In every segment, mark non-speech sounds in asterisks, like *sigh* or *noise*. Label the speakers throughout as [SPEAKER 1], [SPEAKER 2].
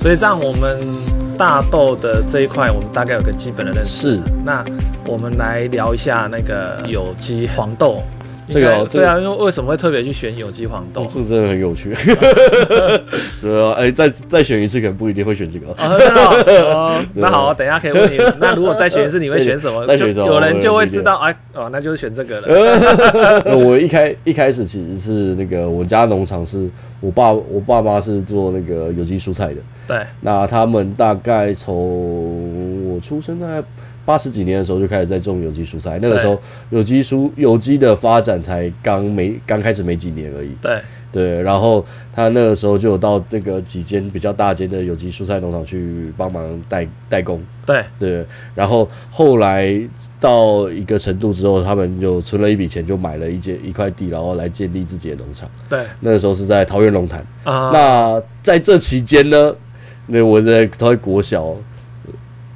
[SPEAKER 1] 所以这样我们大豆的这一块，我们大概有个基本的认识。
[SPEAKER 2] 是
[SPEAKER 1] 那我们来聊一下那个有机黄豆。
[SPEAKER 2] 这个
[SPEAKER 1] 应该
[SPEAKER 2] 这个
[SPEAKER 1] 对啊，因为为什么会特别去选有机黄豆？
[SPEAKER 2] 这个真的很有趣。对啊，哎、再再选一次，可能不一定会选这个。
[SPEAKER 1] 哦，真的哦哦那好，等一下可以问你。那如果再选一次，你会选什么？
[SPEAKER 2] 再
[SPEAKER 1] 就
[SPEAKER 2] 选什么
[SPEAKER 1] 有人就会知道，哎，哦，那就是选这个了。
[SPEAKER 2] 那我一开一开始其实是那个我家农场是我爸我爸妈是做那个有机蔬菜的，
[SPEAKER 1] 对，
[SPEAKER 2] 那他们大概从我出生大概八十几年的时候就开始在种有机蔬菜，那个时候有机蔬有机的发展才刚没刚开始没几年而已。
[SPEAKER 1] 对，
[SPEAKER 2] 对，然后他那个时候就有到那个几间比较大间的有机蔬菜农场去帮忙代代工。
[SPEAKER 1] 对，
[SPEAKER 2] 对，然后后来到一个程度之后，他们就存了一笔钱，就买了一间一块地，然后来建立自己的农场。
[SPEAKER 1] 对，
[SPEAKER 2] 那个时候是在桃园龙潭。
[SPEAKER 1] 啊，
[SPEAKER 2] 那在这期间呢，那我在桃园国小，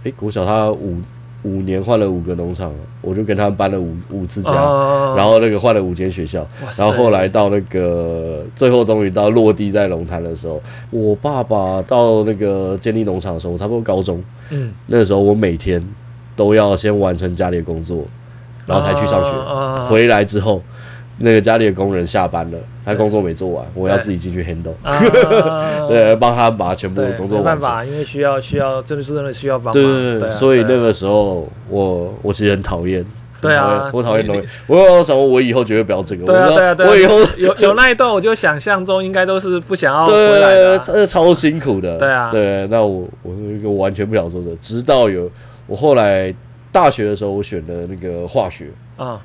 [SPEAKER 2] 诶，国小他五五年换了五个农场，我就跟他们搬了五五次家。
[SPEAKER 1] 哦
[SPEAKER 2] 然后那个换了五间学校
[SPEAKER 1] 哇，塞
[SPEAKER 2] 然后后来到那个最后终于到落地在龙潭的时候，我爸爸到那个建立农场的时候，我差不多高中，
[SPEAKER 1] 嗯，
[SPEAKER 2] 那时候我每天都要先完成家里的工作，然后才去上学。
[SPEAKER 1] 啊啊
[SPEAKER 2] 回来之后，那个家里的工人下班了，他工作没做完，我要自己进去 handle，
[SPEAKER 1] 啊
[SPEAKER 2] 对，帮他把全部的
[SPEAKER 1] 对，
[SPEAKER 2] 工作
[SPEAKER 1] 没
[SPEAKER 2] 完
[SPEAKER 1] 办
[SPEAKER 2] 成。
[SPEAKER 1] 法，因为需要需要，真的是真的需要帮忙。
[SPEAKER 2] 对对对，
[SPEAKER 1] 啊
[SPEAKER 2] 所以
[SPEAKER 1] 对
[SPEAKER 2] 那个时候我我其实很讨厌。
[SPEAKER 1] 对啊
[SPEAKER 2] 很讨厌我讨厌
[SPEAKER 1] 你
[SPEAKER 2] 农业。我有想过，我以后绝对不要这个。
[SPEAKER 1] 对啊
[SPEAKER 2] 我
[SPEAKER 1] 对啊
[SPEAKER 2] 知
[SPEAKER 1] 对啊，
[SPEAKER 2] 道，我以后
[SPEAKER 1] 有有那一段，我就想象中应该都是不想要回来
[SPEAKER 2] 对
[SPEAKER 1] 的，啊。
[SPEAKER 2] 真的超辛苦的。
[SPEAKER 1] 对啊
[SPEAKER 2] 对，那我我是一个完全不想做的，直到有我后来大学的时候，我选的那个化学，
[SPEAKER 1] 啊，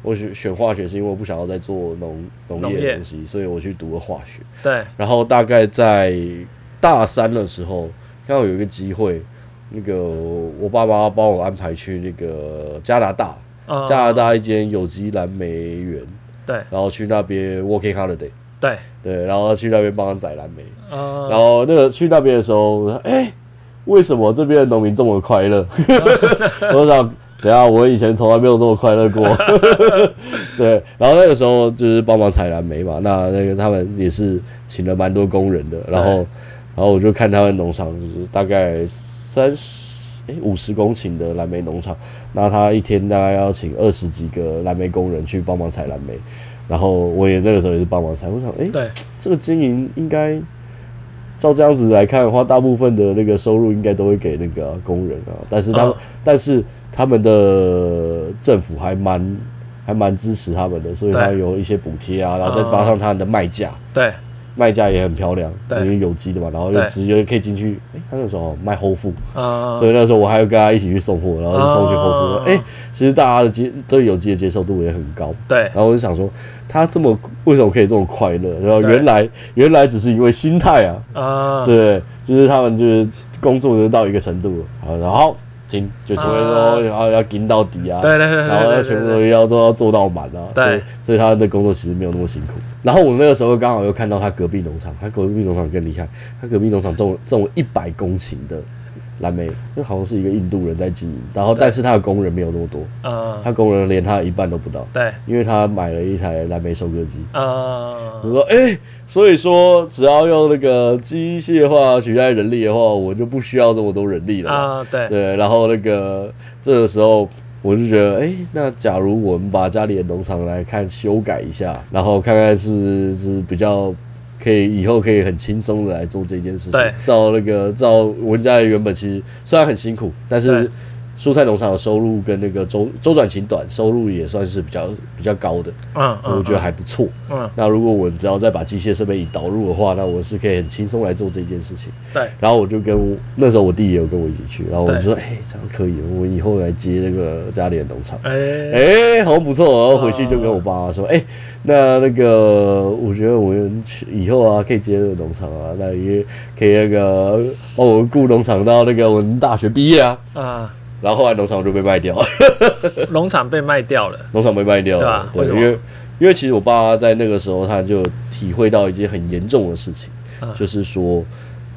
[SPEAKER 2] 我选选化学是因为我不想要再做农农
[SPEAKER 1] 农
[SPEAKER 2] 业
[SPEAKER 1] 业
[SPEAKER 2] 的东西，所以我去读了化学。
[SPEAKER 1] 对，
[SPEAKER 2] 然后大概在大三的时候，刚好有一个机会，那个我爸妈帮我安排去那个加拿大，
[SPEAKER 1] 啊
[SPEAKER 2] 加拿大一间有机蓝莓园，
[SPEAKER 1] 对
[SPEAKER 2] 然后去那边 working holiday，
[SPEAKER 1] 对，
[SPEAKER 2] 对，然后去那边帮他摘蓝莓。
[SPEAKER 1] 呃，
[SPEAKER 2] 然后那个去那边的时候，我说：“哎、为什么这边的农民这么快乐？” *laughs* 我想，等一下我以前从来没有这么快乐过。 *laughs* 对，然后那个时候就是帮忙采蓝莓嘛，那那个他们也是请了蛮多工人的，然后然后我就看他们农场，就是大概三十哎五十公顷的蓝莓农场，那他一天大概要请二十几个蓝莓工人去帮忙采蓝莓。然后我也那个时候也是帮忙采，我想，哎、
[SPEAKER 1] 对
[SPEAKER 2] 这个经营应该照这样子来看的话，大部分的那个收入应该都会给那个工人啊，但是他们、
[SPEAKER 1] 嗯
[SPEAKER 2] 但是他们的政府还蛮还蛮支持他们的，所以
[SPEAKER 1] 对
[SPEAKER 2] 他有一些补贴啊，然后再
[SPEAKER 1] 嗯
[SPEAKER 2] 加上他们的卖价。
[SPEAKER 1] 对
[SPEAKER 2] 卖价也很漂亮，
[SPEAKER 1] 对
[SPEAKER 2] 因为有机的嘛，然后又
[SPEAKER 1] 对
[SPEAKER 2] 直接可以进去。哎、他那时候卖后付，
[SPEAKER 1] 啊
[SPEAKER 2] 所，以那时候我还有跟他一起去送货，然后就送去后付。
[SPEAKER 1] 哦
[SPEAKER 2] 哎、其实大家的接对有机的接受度也很高。
[SPEAKER 1] 对
[SPEAKER 2] 然后我就想说，他这么为什么可以这么快乐？然后
[SPEAKER 1] 对
[SPEAKER 2] 原来原来只是因为心态啊，
[SPEAKER 1] 啊，
[SPEAKER 2] 对，就是他们就是工作就到一个程度了，好然后停就除非说
[SPEAKER 1] 啊
[SPEAKER 2] 然后要盯到底啊，
[SPEAKER 1] 对对对对
[SPEAKER 2] 然后
[SPEAKER 1] 对
[SPEAKER 2] 要全
[SPEAKER 1] 对
[SPEAKER 2] 部
[SPEAKER 1] 对
[SPEAKER 2] 都要做到做到满啊，
[SPEAKER 1] 对
[SPEAKER 2] 所以所以他的工作其实没有那么辛苦。然后我那个时候刚好又看到他隔壁农场，他隔壁农场更厉害，他隔壁农场种种一百公顷的蓝莓，那好像是一个印度人在经营，然后但是他的工人没有那么多，
[SPEAKER 1] 啊，
[SPEAKER 2] 他工人连他的一半都不到。
[SPEAKER 1] 对
[SPEAKER 2] 因为他买了一台蓝莓收割机。
[SPEAKER 1] 啊
[SPEAKER 2] 我，说，哎、所以说只要用那个机械化取代人力的话，我就不需要这么多人力了。
[SPEAKER 1] 啊，对
[SPEAKER 2] 对，然后那个这个时候我就觉得，哎、那假如我们把家里的农场来看修改一下，然后看看是不是是比较。可以以后可以很轻松的来做这件事情
[SPEAKER 1] 对。
[SPEAKER 2] 照那个照我们家原本其实虽然很辛苦，但是
[SPEAKER 1] 对
[SPEAKER 2] 蔬菜农场的收入跟那个周周转勤短，收入也算是比较比较高的。
[SPEAKER 1] 嗯嗯，
[SPEAKER 2] 我觉得还不错。
[SPEAKER 1] 嗯，
[SPEAKER 2] 那如果我只要再把机械设备一导入的话，那我是可以很轻松来做这件事情。
[SPEAKER 1] 对
[SPEAKER 2] 然后我就跟我那时候我弟也有跟我一起去，然后我就
[SPEAKER 1] 对
[SPEAKER 2] 说，哎、这样可以，我以后来接那个家里的农场。哎、
[SPEAKER 1] 哎，啊
[SPEAKER 2] 好像不错。哦然后回去就跟我爸妈说，哎、那那个，我觉得我们去以后啊，可以接这个农场啊，那也可以那个帮我们雇农场到那个我们大学毕业啊。
[SPEAKER 1] 啊，
[SPEAKER 2] 然后后来农场就被卖掉了。
[SPEAKER 1] 农场被卖掉了，
[SPEAKER 2] 农场被卖掉了，
[SPEAKER 1] 对吧为什么
[SPEAKER 2] 因为因为其实我爸在那个时候他就体会到一件很严重的事情，
[SPEAKER 1] 嗯
[SPEAKER 2] 就是说，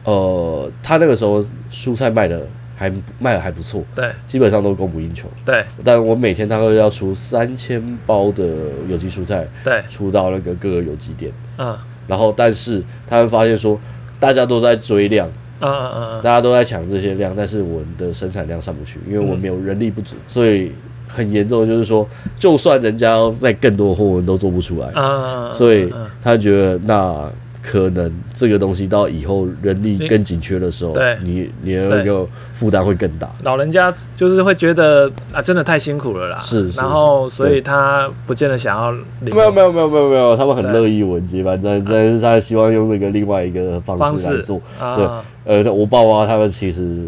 [SPEAKER 2] 呃，他那个时候蔬菜卖的还卖的还不错，
[SPEAKER 1] 对
[SPEAKER 2] 基本上都供不应求。
[SPEAKER 1] 对
[SPEAKER 2] 但我每天大概要出三千包的有机蔬菜，
[SPEAKER 1] 对，
[SPEAKER 2] 出到那个各个有机店，
[SPEAKER 1] 啊
[SPEAKER 2] 然后但是他会发现说，大家都在追量，
[SPEAKER 1] 啊啊
[SPEAKER 2] 大家都在抢这些量，但是我们的生产量上不去，因为我们有人力不足，所以很严重的就是说，就算人家要再更多的货，我们都做不出来
[SPEAKER 1] 啊，啊！
[SPEAKER 2] 所以
[SPEAKER 1] 嗯嗯
[SPEAKER 2] 他觉得那可能这个东西到以后人力更紧缺的时候，
[SPEAKER 1] 对
[SPEAKER 2] 你你的那个负担会更大。
[SPEAKER 1] 老人家就是会觉得啊，真的太辛苦了啦。
[SPEAKER 2] 是是
[SPEAKER 1] 然后
[SPEAKER 2] 是
[SPEAKER 1] 所以他不见得想要领
[SPEAKER 2] 没有没有没有没有没有，他们很
[SPEAKER 1] 对
[SPEAKER 2] 乐意我们接班，但但是他希望用那个另外一个方
[SPEAKER 1] 方
[SPEAKER 2] 式来
[SPEAKER 1] 式
[SPEAKER 2] 做。对
[SPEAKER 1] 啊，
[SPEAKER 2] 呃，我爸妈他们其实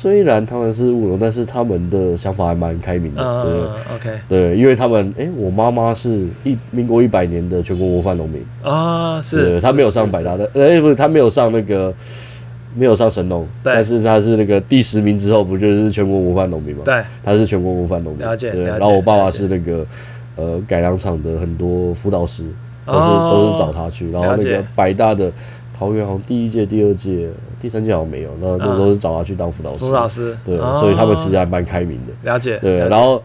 [SPEAKER 2] 虽然他们是务农，但是他们的想法还蛮开明的。对
[SPEAKER 1] 嗯，OK
[SPEAKER 2] 对，因为他们，哎、我妈妈是一民国一百年的全国模范农民，
[SPEAKER 1] 啊，
[SPEAKER 2] 对，
[SPEAKER 1] 是
[SPEAKER 2] 她没有上百大，但哎、不是，她没有上那个，没有上神农，
[SPEAKER 1] 对
[SPEAKER 2] 但是她是那个第十名之后，不就是全国模范农民吗？，
[SPEAKER 1] 对
[SPEAKER 2] 她是全国模范农民，
[SPEAKER 1] 了解
[SPEAKER 2] 对，
[SPEAKER 1] 了解
[SPEAKER 2] 然后我爸爸
[SPEAKER 1] 了解
[SPEAKER 2] 是那个，呃，改良场的很多辅导师，都是、
[SPEAKER 1] 哦
[SPEAKER 2] 都是找他去，然后那
[SPEAKER 1] 了
[SPEAKER 2] 个
[SPEAKER 1] 解
[SPEAKER 2] 百大的桃园好像第一届、第二届、第三届好像没有，那那
[SPEAKER 1] 嗯
[SPEAKER 2] 都是找他去当辅导师，
[SPEAKER 1] 卢老师，
[SPEAKER 2] 对，
[SPEAKER 1] 啊
[SPEAKER 2] 所以他们其实还蛮开明的。
[SPEAKER 1] 了解，
[SPEAKER 2] 对，
[SPEAKER 1] 了解
[SPEAKER 2] 然后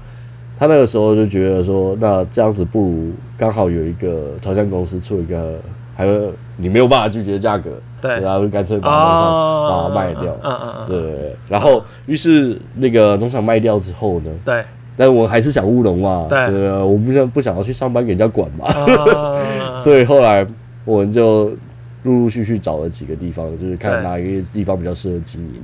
[SPEAKER 2] 他那个时候就觉得说，那这样子不如刚好有一个团扇公司出一个，还有你没有办法拒绝的价格，
[SPEAKER 1] 对啊
[SPEAKER 2] 然后就干脆把农场、
[SPEAKER 1] 哦，
[SPEAKER 2] 把它卖掉。
[SPEAKER 1] 嗯嗯嗯，嗯
[SPEAKER 2] 对，然后于是那个农场卖掉之后呢，
[SPEAKER 1] 对，
[SPEAKER 2] 但我还是想务农嘛，
[SPEAKER 1] 对
[SPEAKER 2] 对，啊我不想不想要去上班给人家管嘛，
[SPEAKER 1] 啊
[SPEAKER 2] *laughs* 所以后来我们就陆陆续续找了几个地方，就是看
[SPEAKER 1] 对
[SPEAKER 2] 哪一个地方比较适合经营。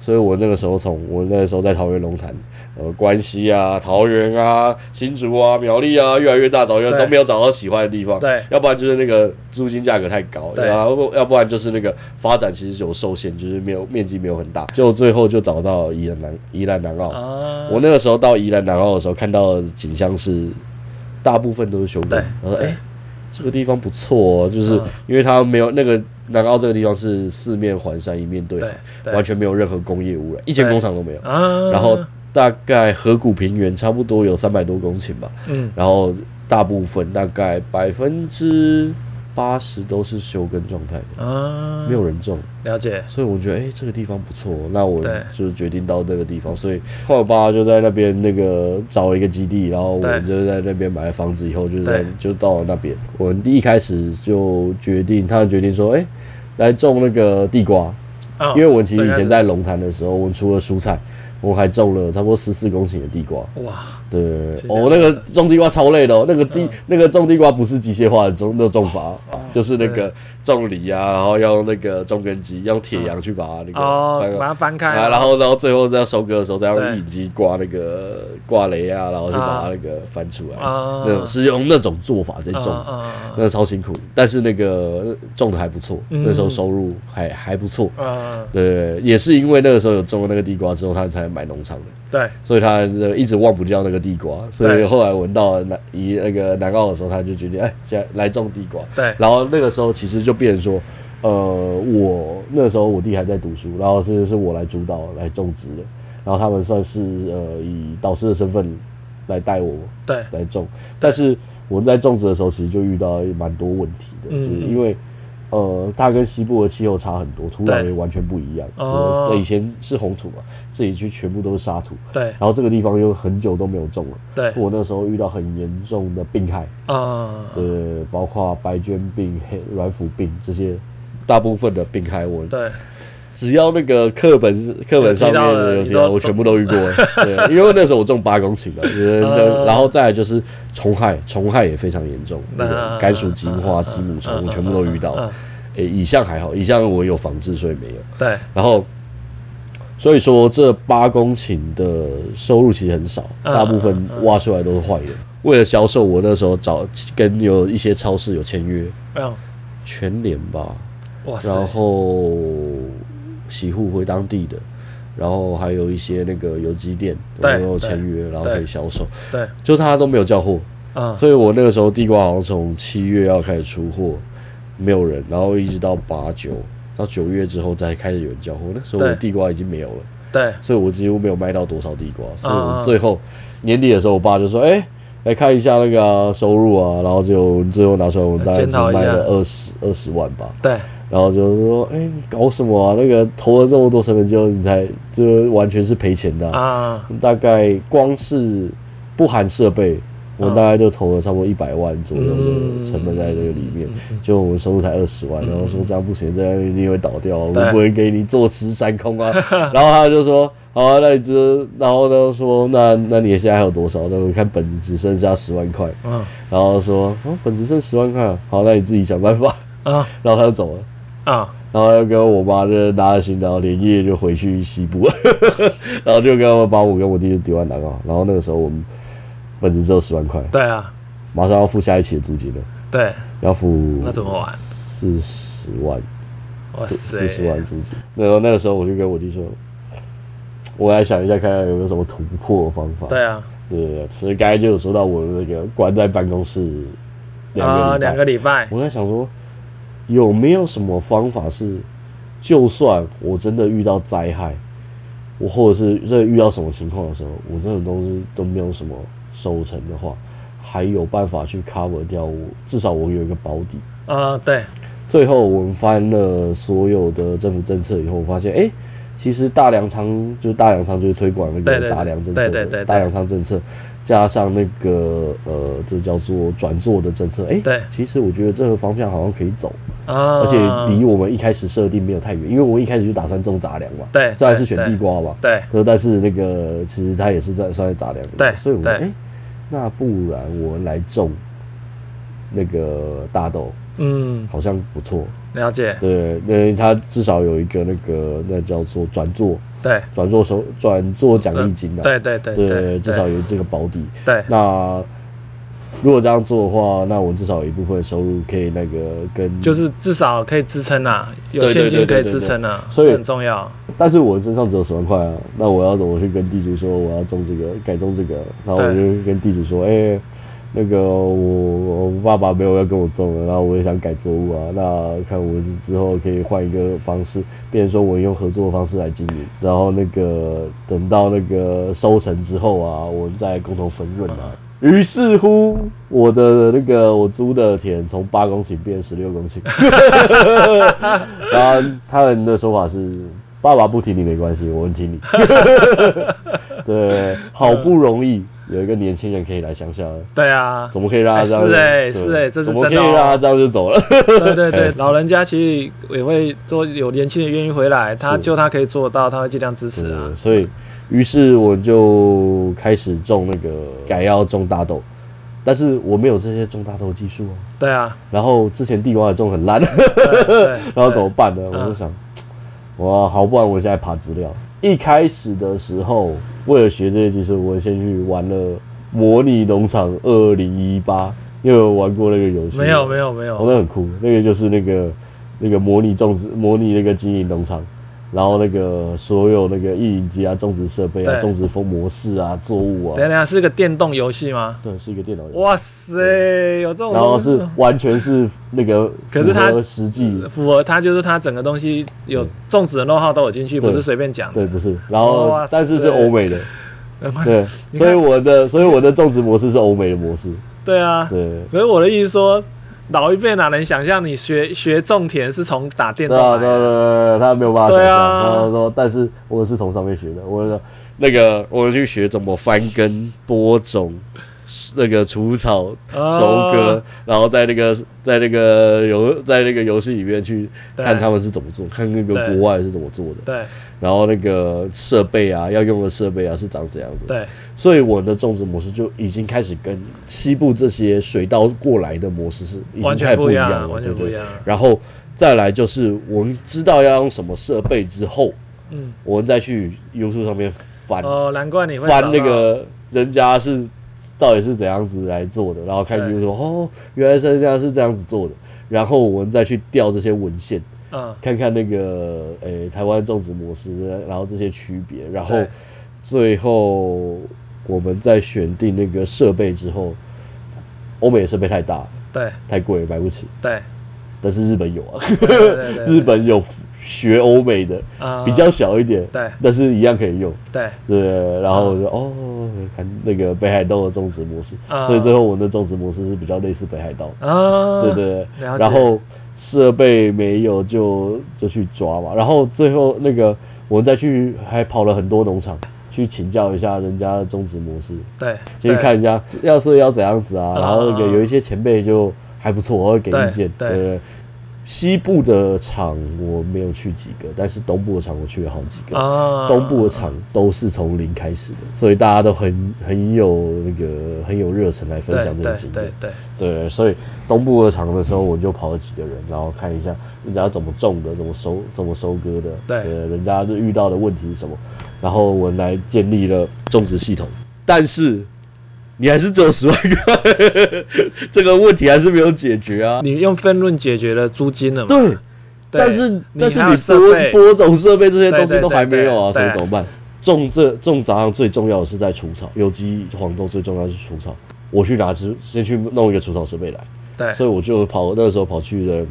[SPEAKER 2] 所以我那个时候从我那个时候在桃园龙潭，呃，关西啊、桃园啊、新竹啊、苗栗啊，越来越大，找越
[SPEAKER 1] 对
[SPEAKER 2] 都没有找到喜欢的地方。
[SPEAKER 1] 对啊
[SPEAKER 2] 要不然就是那个租金价格太高，
[SPEAKER 1] 对
[SPEAKER 2] 然后要不然就是那个发展其实有受限，就是没有面积没有很大，就最后就找到宜兰南宜兰南澳。
[SPEAKER 1] 啊，
[SPEAKER 2] 我那个时候到宜兰南澳的时候，看到的景象是大部分都是熊
[SPEAKER 1] 对
[SPEAKER 2] 本，我说哎、
[SPEAKER 1] 对
[SPEAKER 2] 诶这个地方不错、哦，就是
[SPEAKER 1] 嗯
[SPEAKER 2] 因为它没有那个南澳这个地方是四面环山，一面对海，
[SPEAKER 1] 对对
[SPEAKER 2] 完全没有任何工业污染，一间
[SPEAKER 1] 对
[SPEAKER 2] 工厂都没有。
[SPEAKER 1] 啊，
[SPEAKER 2] 然后大概河谷平原差不多有三百多公顷吧，
[SPEAKER 1] 嗯，
[SPEAKER 2] 然后大部分大概百分之八十都是休耕状态的，
[SPEAKER 1] 啊，
[SPEAKER 2] 没有人种。
[SPEAKER 1] 了解，
[SPEAKER 2] 所以我觉得，哎、这个地方不错，那我
[SPEAKER 1] 对
[SPEAKER 2] 就决定到那个地方。所以后来我爸就在那边那个找了一个基地，然后我们
[SPEAKER 1] 对
[SPEAKER 2] 就在那边买了房子，以后就是在
[SPEAKER 1] 对
[SPEAKER 2] 就到了那边。我们一开始就决定，他决定说，哎、来种那个地瓜，
[SPEAKER 1] 啊，
[SPEAKER 2] 因为我其实
[SPEAKER 1] 最
[SPEAKER 2] 以前
[SPEAKER 1] 开
[SPEAKER 2] 在龙潭的时候，我们除了蔬菜，我还种了差不多十四公顷的地瓜。
[SPEAKER 1] 始哇，
[SPEAKER 2] 对，
[SPEAKER 1] 是
[SPEAKER 2] 哦，那个种地瓜超累的、哦，那个
[SPEAKER 1] 嗯
[SPEAKER 2] 地、那个种地瓜不是机械化的种那种法，
[SPEAKER 1] 哦
[SPEAKER 2] 就是那个种梨啊，然后要用那个种根机，用铁羊去把它那
[SPEAKER 1] 嗯
[SPEAKER 2] 个
[SPEAKER 1] 哦，把
[SPEAKER 2] 翻
[SPEAKER 1] 它翻开，
[SPEAKER 2] 啊，然后然后最后在收割的时候再用
[SPEAKER 1] 对
[SPEAKER 2] 引机挂那个挂雷啊，然后去把
[SPEAKER 1] 啊
[SPEAKER 2] 它那个翻出来，
[SPEAKER 1] 啊
[SPEAKER 2] 那种是用那种做法在
[SPEAKER 1] 啊
[SPEAKER 2] 种。
[SPEAKER 1] 啊啊
[SPEAKER 2] 那个超辛苦，但是那个种的还不错，
[SPEAKER 1] 嗯
[SPEAKER 2] 那时候收入还还不错。
[SPEAKER 1] 啊啊，
[SPEAKER 2] 对，也是因为那个时候有种了那个地瓜之后，他才买农场的。
[SPEAKER 1] 对，
[SPEAKER 2] 所以他呃一直忘不掉那个地瓜，所以
[SPEAKER 1] 对
[SPEAKER 2] 后来闻到南一那个南澳的时候，他就决定哎，现在来种地瓜。
[SPEAKER 1] 对
[SPEAKER 2] 然后那个时候其实就变成说，呃，我那时候我弟还在读书，然后是是我来主导来种植的，然后他们算是呃以导师的身份来带我
[SPEAKER 1] 对，
[SPEAKER 2] 来种，但是我在种植的时候，其实就遇到蛮多问题的，
[SPEAKER 1] 嗯
[SPEAKER 2] 就是因为呃，它跟西部的气候差很多，土壤
[SPEAKER 1] 对
[SPEAKER 2] 也完全不一样。
[SPEAKER 1] 哦
[SPEAKER 2] 对以前是红土嘛，这里去全部都是沙土，
[SPEAKER 1] 对
[SPEAKER 2] 然后这个地方又很久都没有种了。
[SPEAKER 1] 对
[SPEAKER 2] 我那时候遇到很严重的病害，
[SPEAKER 1] 啊，
[SPEAKER 2] 呃，包括白绢病、黑软腐病这些，大部分的病害我
[SPEAKER 1] 对，
[SPEAKER 2] 只要那个课本课本上面有
[SPEAKER 1] 有
[SPEAKER 2] 提
[SPEAKER 1] 提
[SPEAKER 2] 到，
[SPEAKER 1] 到
[SPEAKER 2] 我全部都遇 *laughs* 过。对，因为那时候我种八公顷的，就是那
[SPEAKER 1] 嗯
[SPEAKER 2] 然后再来就是虫害，虫害也非常严重，那啊个
[SPEAKER 1] 嗯
[SPEAKER 2] 甘薯金花、
[SPEAKER 1] 嗯
[SPEAKER 2] 鸡母虫，
[SPEAKER 1] 嗯
[SPEAKER 2] 我全部都遇到
[SPEAKER 1] 嗯嗯。
[SPEAKER 2] 诶，乙象还好，乙象我有防治，所以没有。
[SPEAKER 1] 对，
[SPEAKER 2] 然后，所以说这八公顷的收入其实很少，
[SPEAKER 1] 嗯
[SPEAKER 2] 大部分挖出来都是坏人。为了销售，我那时候找跟有一些超市有签约，
[SPEAKER 1] 嗯，
[SPEAKER 2] 全联吧，
[SPEAKER 1] 哇塞，
[SPEAKER 2] 然后洗护回当地的，然后还有一些那个有机店，
[SPEAKER 1] 对
[SPEAKER 2] 然后签约，然后可以销售，
[SPEAKER 1] 对，
[SPEAKER 2] 就他都没有叫货，
[SPEAKER 1] 啊，
[SPEAKER 2] 所以我那个时候地瓜好像从七月要开始出货，没有人，然后一直到八九到九月之后才开始有人叫货，那时候我
[SPEAKER 1] 对
[SPEAKER 2] 地瓜已经没有了，
[SPEAKER 1] 对，
[SPEAKER 2] 所以我几乎没有卖到多少地瓜，所以我
[SPEAKER 1] 啊
[SPEAKER 2] 最后年底的时候，我爸就说，哎、来看一下那个啊、收入啊，然后就最后拿出来，我们大概
[SPEAKER 1] 检
[SPEAKER 2] 只
[SPEAKER 1] 讨一下
[SPEAKER 2] 卖了二十二十万吧。
[SPEAKER 1] 对，
[SPEAKER 2] 然后就是说，哎、你搞什么啊？那个投了这么多成本之后，你才这完全是赔钱的啊、
[SPEAKER 1] 啊，
[SPEAKER 2] 大概光是不含设备，我大概就投了差不多一百万左右的成本在这个里面，就我们收入才二十万，然后说这样不行，这样一定会倒掉，我
[SPEAKER 1] 对
[SPEAKER 2] 不会给你坐吃山空啊。然后他就说，好、啊，那你这，然后呢说，那那你现在还有多少？那我看本子只剩下十万块，
[SPEAKER 1] 嗯
[SPEAKER 2] 然后说，哦，本子剩十万块啊，好，那你自己想办法。
[SPEAKER 1] 啊
[SPEAKER 2] 然后他就走了。
[SPEAKER 1] 啊，
[SPEAKER 2] 然后又跟我妈就拿着行囊连夜就回去西部， *laughs* 然后就跟我把我跟我弟就丢在南澳，然后那个时候我们本子只有十万块，
[SPEAKER 1] 对啊，
[SPEAKER 2] 马上要付下一期的租金了，
[SPEAKER 1] 对，
[SPEAKER 2] 要付
[SPEAKER 1] 那怎么玩？
[SPEAKER 2] 四十万，
[SPEAKER 1] 哇塞，
[SPEAKER 2] 四十万租金。然后那个时候我就跟我弟说，我来想一下看看有没有什么突破的方法。
[SPEAKER 1] 对啊，
[SPEAKER 2] 对对对，所以刚才就有说到我那个关在办公室两个礼拜
[SPEAKER 1] 啊，两个礼拜，
[SPEAKER 2] 我在想说，有没有什么方法是，就算我真的遇到灾害，我或者是真的遇到什么情况的时候，我这种东西都没有什么收成的话，还有办法去 cover 掉我，至少我有一个保底。
[SPEAKER 1] 啊，对，
[SPEAKER 2] 最后我们翻了所有的政府政策以后，我发现，哎、其实大粮仓就是大粮仓，就是推广那
[SPEAKER 1] 对
[SPEAKER 2] 个
[SPEAKER 1] 对
[SPEAKER 2] 杂粮政策的，
[SPEAKER 1] 对对对对
[SPEAKER 2] 大粮仓政策，加上那个呃，这叫做转做的政策，哎、
[SPEAKER 1] 对
[SPEAKER 2] 其实我觉得这个方向好像可以走，
[SPEAKER 1] 啊，
[SPEAKER 2] 而且离我们一开始设定没有太远，因为我们一开始就打算种杂粮嘛，
[SPEAKER 1] 对
[SPEAKER 2] 虽然是选
[SPEAKER 1] 对
[SPEAKER 2] 地瓜嘛，
[SPEAKER 1] 对
[SPEAKER 2] 呃，但是那个其实它也是在算在杂粮里面，
[SPEAKER 1] 对
[SPEAKER 2] 所以我们
[SPEAKER 1] 对
[SPEAKER 2] 哎、诶那不然我们来种那个大豆，
[SPEAKER 1] 嗯，
[SPEAKER 2] 好像不错，
[SPEAKER 1] 了解，
[SPEAKER 2] 对，那它至少有一个那个那叫做转做
[SPEAKER 1] 对，
[SPEAKER 2] 转做收转做奖励金啊，
[SPEAKER 1] 对对对对，
[SPEAKER 2] 至少有这个保底。
[SPEAKER 1] 对
[SPEAKER 2] 那如果这样做的话，那我至少有一部分收入可以那个跟
[SPEAKER 1] 就是至少可以支撑啊，有
[SPEAKER 2] 对对
[SPEAKER 1] 现金
[SPEAKER 2] 对
[SPEAKER 1] 可以
[SPEAKER 2] 对对
[SPEAKER 1] 支
[SPEAKER 2] 对
[SPEAKER 1] 撑啊，
[SPEAKER 2] 所以
[SPEAKER 1] 这很重要。
[SPEAKER 2] 但是我身上只有十万块啊，那我要怎么去跟地主说我要种这个改种这个？然后我就跟地主说，哎、那个我我爸爸没有要跟我种了，然后我也想改作物啊，那看我是之后可以换一个方式，变成说我用合作的方式来经营，然后那个等到那个收成之后啊，我们再共同分润啊。于是乎，我的那个我租的田从八公顷变十六公顷，然后他们的说法是：爸爸不挺你没关系，我们
[SPEAKER 1] *laughs*
[SPEAKER 2] 挺你。对，好不容易有一个年轻人可以来乡下，
[SPEAKER 1] 对啊，
[SPEAKER 2] 怎么可以让他这样？
[SPEAKER 1] 哎是哎
[SPEAKER 2] 对
[SPEAKER 1] 是哎这是
[SPEAKER 2] 怎么可以
[SPEAKER 1] 真的哦
[SPEAKER 2] 让他这样就走了？
[SPEAKER 1] 对对
[SPEAKER 2] 哎
[SPEAKER 1] 对，老人家其实也会说有年轻人愿意回来，他
[SPEAKER 2] 是
[SPEAKER 1] 就他可以做到，他会尽量支持啊
[SPEAKER 2] *laughs* 对。所以，于是我就开始种那个改要种大豆，但是我没有这些种大豆的技术哦。
[SPEAKER 1] 对
[SPEAKER 2] *laughs*
[SPEAKER 1] 啊，
[SPEAKER 2] 然后之前地瓜也种很烂，
[SPEAKER 1] 对对嗯
[SPEAKER 2] 然后怎么办呢？我就想，哇，好，不然我现在爬资料。一开始的时候，为了学这些技术，我先去玩了模拟农场二零一八，因为我玩过那个游戏。
[SPEAKER 1] 没有没有没
[SPEAKER 2] 哦，
[SPEAKER 1] 有，
[SPEAKER 2] 那很酷，那个就是那个那个模拟种植、模拟那个经营农场，然后那个所有那个意林机啊、种植设备啊、
[SPEAKER 1] 对
[SPEAKER 2] 种植风模式啊、作物
[SPEAKER 1] 等一下
[SPEAKER 2] 啊，
[SPEAKER 1] 等一下是个电动游戏吗？
[SPEAKER 2] 对，是一个电脑游戏。
[SPEAKER 1] 哇塞，有这种
[SPEAKER 2] 然后
[SPEAKER 1] 东西
[SPEAKER 2] 是完全是那个
[SPEAKER 1] 可是它呃
[SPEAKER 2] 符合实际
[SPEAKER 1] 符合它就是它整个东西有种植的 know how 都有进去，
[SPEAKER 2] 对
[SPEAKER 1] 不是随便讲的
[SPEAKER 2] 对，。不是，然后
[SPEAKER 1] 哇
[SPEAKER 2] 但是是
[SPEAKER 1] 塞
[SPEAKER 2] 欧美的，
[SPEAKER 1] *laughs*
[SPEAKER 2] *laughs* 对，
[SPEAKER 1] 你看
[SPEAKER 2] 所以我的所以我的种植模式是欧美的模式，
[SPEAKER 1] 对啊， *laughs*
[SPEAKER 2] 对，
[SPEAKER 1] 可是我的意思说，老一辈哪能想象你学学种田是从打电
[SPEAKER 2] 对
[SPEAKER 1] 动
[SPEAKER 2] 啊，
[SPEAKER 1] 来
[SPEAKER 2] 对对
[SPEAKER 1] 的？
[SPEAKER 2] 对，他没有办法想
[SPEAKER 1] 对
[SPEAKER 2] 象，
[SPEAKER 1] 啊
[SPEAKER 2] 然后说，但是我是从上面学的，我说那个我去学怎么翻耕、播种。那个除草、
[SPEAKER 1] 啊
[SPEAKER 2] 收割，然后在那个在那个游在那个游戏里面去
[SPEAKER 1] 对
[SPEAKER 2] 看他们是怎么做，看那个
[SPEAKER 1] 对
[SPEAKER 2] 国外是怎么做的，
[SPEAKER 1] 对
[SPEAKER 2] 然后那个设备啊，要用的设备啊是长怎样子的。
[SPEAKER 1] 对
[SPEAKER 2] 所以我的种植模式就已经开始跟西部这些水稻过来的模式是已经
[SPEAKER 1] 完
[SPEAKER 2] 太
[SPEAKER 1] 全
[SPEAKER 2] 不
[SPEAKER 1] 不
[SPEAKER 2] 一
[SPEAKER 1] 一
[SPEAKER 2] 样
[SPEAKER 1] 样
[SPEAKER 2] 了，
[SPEAKER 1] 完
[SPEAKER 2] 对
[SPEAKER 1] 全
[SPEAKER 2] 不对
[SPEAKER 1] 不一样
[SPEAKER 2] 然后再来就是我们知道要用什么设备之后，
[SPEAKER 1] 嗯，
[SPEAKER 2] 我们再去 YouTube 上面翻、
[SPEAKER 1] 哦，难怪你会
[SPEAKER 2] 翻
[SPEAKER 1] 找
[SPEAKER 2] 那
[SPEAKER 1] 到
[SPEAKER 2] 个人家是到底是怎样子来做的，然后看
[SPEAKER 1] 对
[SPEAKER 2] YouTube 说哦，原来人家是这样子做的，然后我们再去调这些文献，
[SPEAKER 1] 嗯
[SPEAKER 2] 看看那个诶、台湾种植模式，然后这些区别，然后
[SPEAKER 1] 对
[SPEAKER 2] 最后我们在选定那个设备之后，欧美的设备太大
[SPEAKER 1] 对
[SPEAKER 2] 太贵买不起，
[SPEAKER 1] 对
[SPEAKER 2] 但是日本有啊，
[SPEAKER 1] 对对对
[SPEAKER 2] 日本有学欧美的，
[SPEAKER 1] 啊
[SPEAKER 2] 比较小一点，
[SPEAKER 1] 对啊
[SPEAKER 2] 但是一样可以用。
[SPEAKER 1] 对
[SPEAKER 2] 对，然后我就、哦，看那个北海道的种植模式，
[SPEAKER 1] 啊
[SPEAKER 2] 所以最后我们的种植模式是比较类似北海道。
[SPEAKER 1] 啊
[SPEAKER 2] 对对对，
[SPEAKER 1] 了解
[SPEAKER 2] 然后设备没有就就去抓嘛，然后最后那个我们再去还跑了很多农场去去请教一下人家的种植模式，
[SPEAKER 1] 对，
[SPEAKER 2] 去看一下要是要怎样子啊，
[SPEAKER 1] 嗯
[SPEAKER 2] 然后给
[SPEAKER 1] 嗯
[SPEAKER 2] 有一些前辈就还不错，我会给意见。
[SPEAKER 1] 对对
[SPEAKER 2] 对，西部的厂我没有去几个，但是东部的厂我去了好几个。
[SPEAKER 1] 啊，
[SPEAKER 2] 东部的厂都是从零开始的，所以大家都很很有那个很有热忱来分
[SPEAKER 1] 对
[SPEAKER 2] 享这
[SPEAKER 1] 对
[SPEAKER 2] 个经验。
[SPEAKER 1] 对对，
[SPEAKER 2] 对，所以东部二厂的时候，我就跑了几个人，然后看一下人家怎么种的，怎么收，怎么收割的，
[SPEAKER 1] 对
[SPEAKER 2] 呃人家就遇到的问题是什么，然后我来建立了种植系统。但是你还是只有十万块，这个 *laughs* 问题还是没有解决啊。
[SPEAKER 1] 你用分论解决了租金了嘛？
[SPEAKER 2] 对，
[SPEAKER 1] 对
[SPEAKER 2] 但是
[SPEAKER 1] 你
[SPEAKER 2] 但是
[SPEAKER 1] 还
[SPEAKER 2] 你
[SPEAKER 1] 有设备
[SPEAKER 2] 播播种设备这些
[SPEAKER 1] 对
[SPEAKER 2] 东西
[SPEAKER 1] 对
[SPEAKER 2] 都
[SPEAKER 1] 对
[SPEAKER 2] 还没有啊，所
[SPEAKER 1] 对
[SPEAKER 2] 以怎么办？种这种杂粮最重要的是在除草，有机黄豆最重要的是除草。我去拿只先去弄一个除草设备来。
[SPEAKER 1] 对，
[SPEAKER 2] 所以我就跑那时候跑去了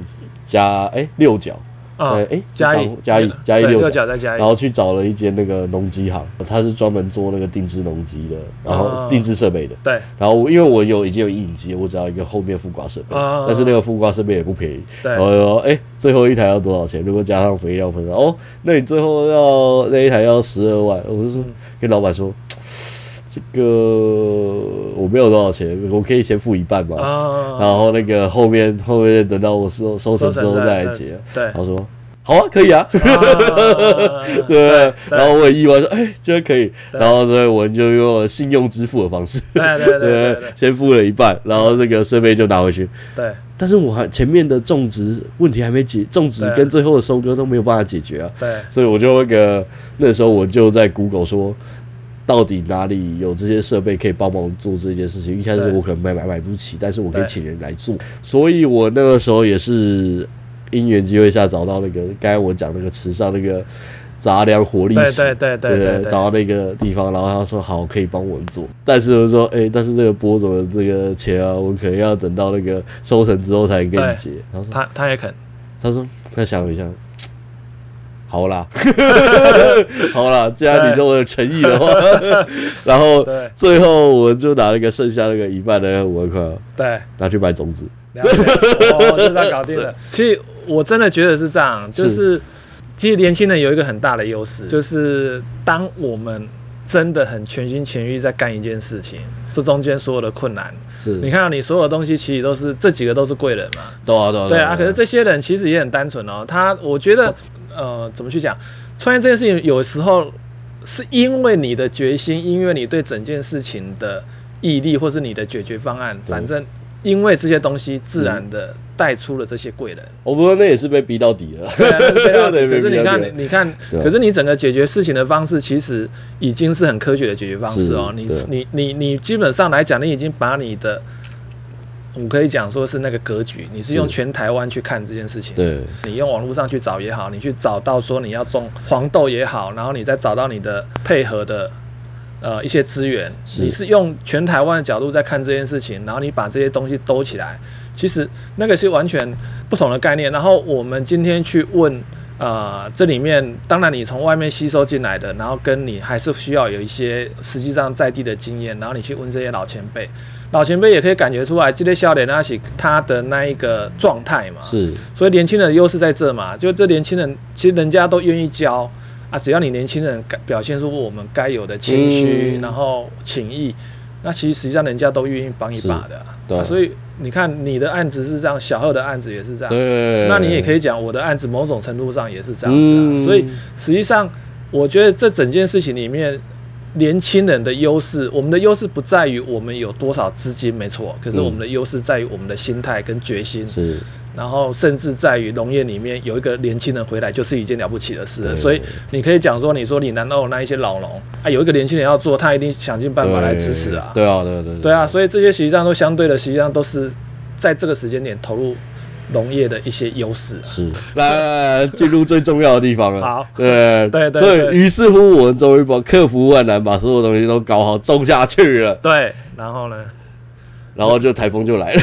[SPEAKER 2] 嘉哎、六角，
[SPEAKER 1] 啊
[SPEAKER 2] 在哎
[SPEAKER 1] 嘉义
[SPEAKER 2] 嘉义嘉义
[SPEAKER 1] 对
[SPEAKER 2] 六
[SPEAKER 1] 六角在嘉义
[SPEAKER 2] 然后去找了一间那个农机行，它是专门做那个定制农机的，然后
[SPEAKER 1] 哦
[SPEAKER 2] 定制设备的。
[SPEAKER 1] 对
[SPEAKER 2] 然后因为我有已经有影机，我只要一个后面副挂设备，
[SPEAKER 1] 哦
[SPEAKER 2] 但是那个副挂设备也不便宜。
[SPEAKER 1] 对
[SPEAKER 2] 然后就说哎、最后一台要多少钱？如果加上肥料分成，哦，那你最后要那一台要十二万。我就
[SPEAKER 1] 嗯
[SPEAKER 2] 说跟老板说，这个我没有多少钱，我可以先付一半嘛。
[SPEAKER 1] 啊，
[SPEAKER 2] 然后那个后面后面等到我收收成之后再来结。
[SPEAKER 1] 对
[SPEAKER 2] 然，后说好啊，可以啊， *laughs*
[SPEAKER 1] 啊
[SPEAKER 2] 对。
[SPEAKER 1] 对
[SPEAKER 2] 然后我也意外说，哎，居然可以。
[SPEAKER 1] 对
[SPEAKER 2] 然后所以我们就用了信用支付的方式，
[SPEAKER 1] 对对对对对
[SPEAKER 2] 先付了一半，然后这个设备就拿回去。
[SPEAKER 1] 对
[SPEAKER 2] 但是我还前面的种植问题还没解，种植
[SPEAKER 1] 对
[SPEAKER 2] 跟最后的收割都没有办法解决啊。
[SPEAKER 1] 对
[SPEAKER 2] 所以我就那个那时候我就在 Google 说，到底哪里有这些设备可以帮忙做这件事情？一开始
[SPEAKER 1] 对
[SPEAKER 2] 我可能买买买不起，但是我可以
[SPEAKER 1] 对
[SPEAKER 2] 请人来做。所以我那个时候也是因缘机会下找到那个刚才我讲那个池上那个杂粮活力
[SPEAKER 1] 对
[SPEAKER 2] 史。
[SPEAKER 1] 对对对
[SPEAKER 2] 对
[SPEAKER 1] 对对，
[SPEAKER 2] 找到那个地方，然后他说好，可以帮我做，但是我就说，哎、但是这个播种的这个钱啊，我可能要等到那个收成之后才能给你
[SPEAKER 1] 对
[SPEAKER 2] 结。然后说
[SPEAKER 1] 他他也肯，
[SPEAKER 2] 他说他想了一下，好啦， *laughs* 好啦，既然你
[SPEAKER 1] 对
[SPEAKER 2] 这么有诚意的话， *laughs* 然后
[SPEAKER 1] 对
[SPEAKER 2] 最后我就拿那个剩下那个一半的五万块
[SPEAKER 1] 对。
[SPEAKER 2] 拿去买种子，
[SPEAKER 1] 了解，哦， *laughs* 就这样搞定了。其实我真的觉得是这样，就是其实年轻人有一个很大的优势，就是当我们真的很全心全意在干一件事情，这中间所有的困难，
[SPEAKER 2] 是，
[SPEAKER 1] 你看到你所有的东西，其实都是这几个都是贵人嘛，
[SPEAKER 2] 对啊，对啊，
[SPEAKER 1] 对啊。可是这些人其实也很单纯哦，他我觉得呃，怎么去讲，创业这件事情有时候是因为你的决心，因为你对整件事情的毅力，或是你的解决方案，反正因为这些东西自然的带出了这些贵人。
[SPEAKER 2] 啊我不过那也是被逼到底了， *laughs*
[SPEAKER 1] 对啊，对啊
[SPEAKER 2] 对
[SPEAKER 1] 可是你
[SPEAKER 2] 没必要
[SPEAKER 1] 看，你看
[SPEAKER 2] 对啊，
[SPEAKER 1] 可是你整个解决事情的方式，其实已经是很科学的解决方式哦。
[SPEAKER 2] 是
[SPEAKER 1] 你
[SPEAKER 2] 对啊
[SPEAKER 1] 你你你基本上来讲，你已经把你的，我可以讲说是那个格局，你是用
[SPEAKER 2] 是
[SPEAKER 1] 全台湾去看这件事情。
[SPEAKER 2] 对，
[SPEAKER 1] 你用网络上去找也好，你去找到说你要种黄豆也好，然后你再找到你的配合的呃一些资源，
[SPEAKER 2] 是
[SPEAKER 1] 你是用全台湾的角度在看这件事情，然后你把这些东西兜起来，其实那个是完全不同的概念。然后我们今天去问。呃，这里面当然你从外面吸收进来的，然后跟你还是需要有一些实际上在地的经验，然后你去问这些老前辈，老前辈也可以感觉出来，这些笑脸那是他的那一个状态嘛， *laughs*
[SPEAKER 2] 是，
[SPEAKER 1] 所以年轻人的优势在这嘛，就这年轻人其实人家都愿意教啊，只要你年轻人敢表现出我们该有的谦虚，
[SPEAKER 2] 嗯
[SPEAKER 1] 然后情谊，那其实实际上人家都愿意帮一把的啊、
[SPEAKER 2] 是对
[SPEAKER 1] 啊所以你看你的案子是这样，小贺的案子也是这样，
[SPEAKER 2] 对，
[SPEAKER 1] 那你也可
[SPEAKER 2] 以
[SPEAKER 1] 以讲我的案子某种程度上也是这样子啊。
[SPEAKER 2] 嗯
[SPEAKER 1] 所以实际上，我觉得这整件事情里面，年轻人的优势，我们的优势不在于我们有多少资金，没错，可是
[SPEAKER 2] 嗯
[SPEAKER 1] 我们的优势在于我们的心态跟决心。
[SPEAKER 2] 是，
[SPEAKER 1] 然后甚至在于农业里面有一个年轻人回来，就是一件了不起的事了。
[SPEAKER 2] 对
[SPEAKER 1] 所以你可以讲说，你说你南澳那一些老农啊，有一个年轻人要做，他一定想尽办法来支持啊。
[SPEAKER 2] 对啊，对对
[SPEAKER 1] 对啊，，所以这些实际上都相对的，实际上都是在这个时间点投入农业的一些优势、啊。
[SPEAKER 2] 是， *laughs* 来来来，进入最重要的地方了。
[SPEAKER 1] 好
[SPEAKER 2] *laughs* 对
[SPEAKER 1] 对对
[SPEAKER 2] 所
[SPEAKER 1] 对
[SPEAKER 2] 以于是乎，我们终于把克服万难，把所有东西都搞好，种下去了，
[SPEAKER 1] 对，然后呢？
[SPEAKER 2] 然后就台风就来 *laughs* 了，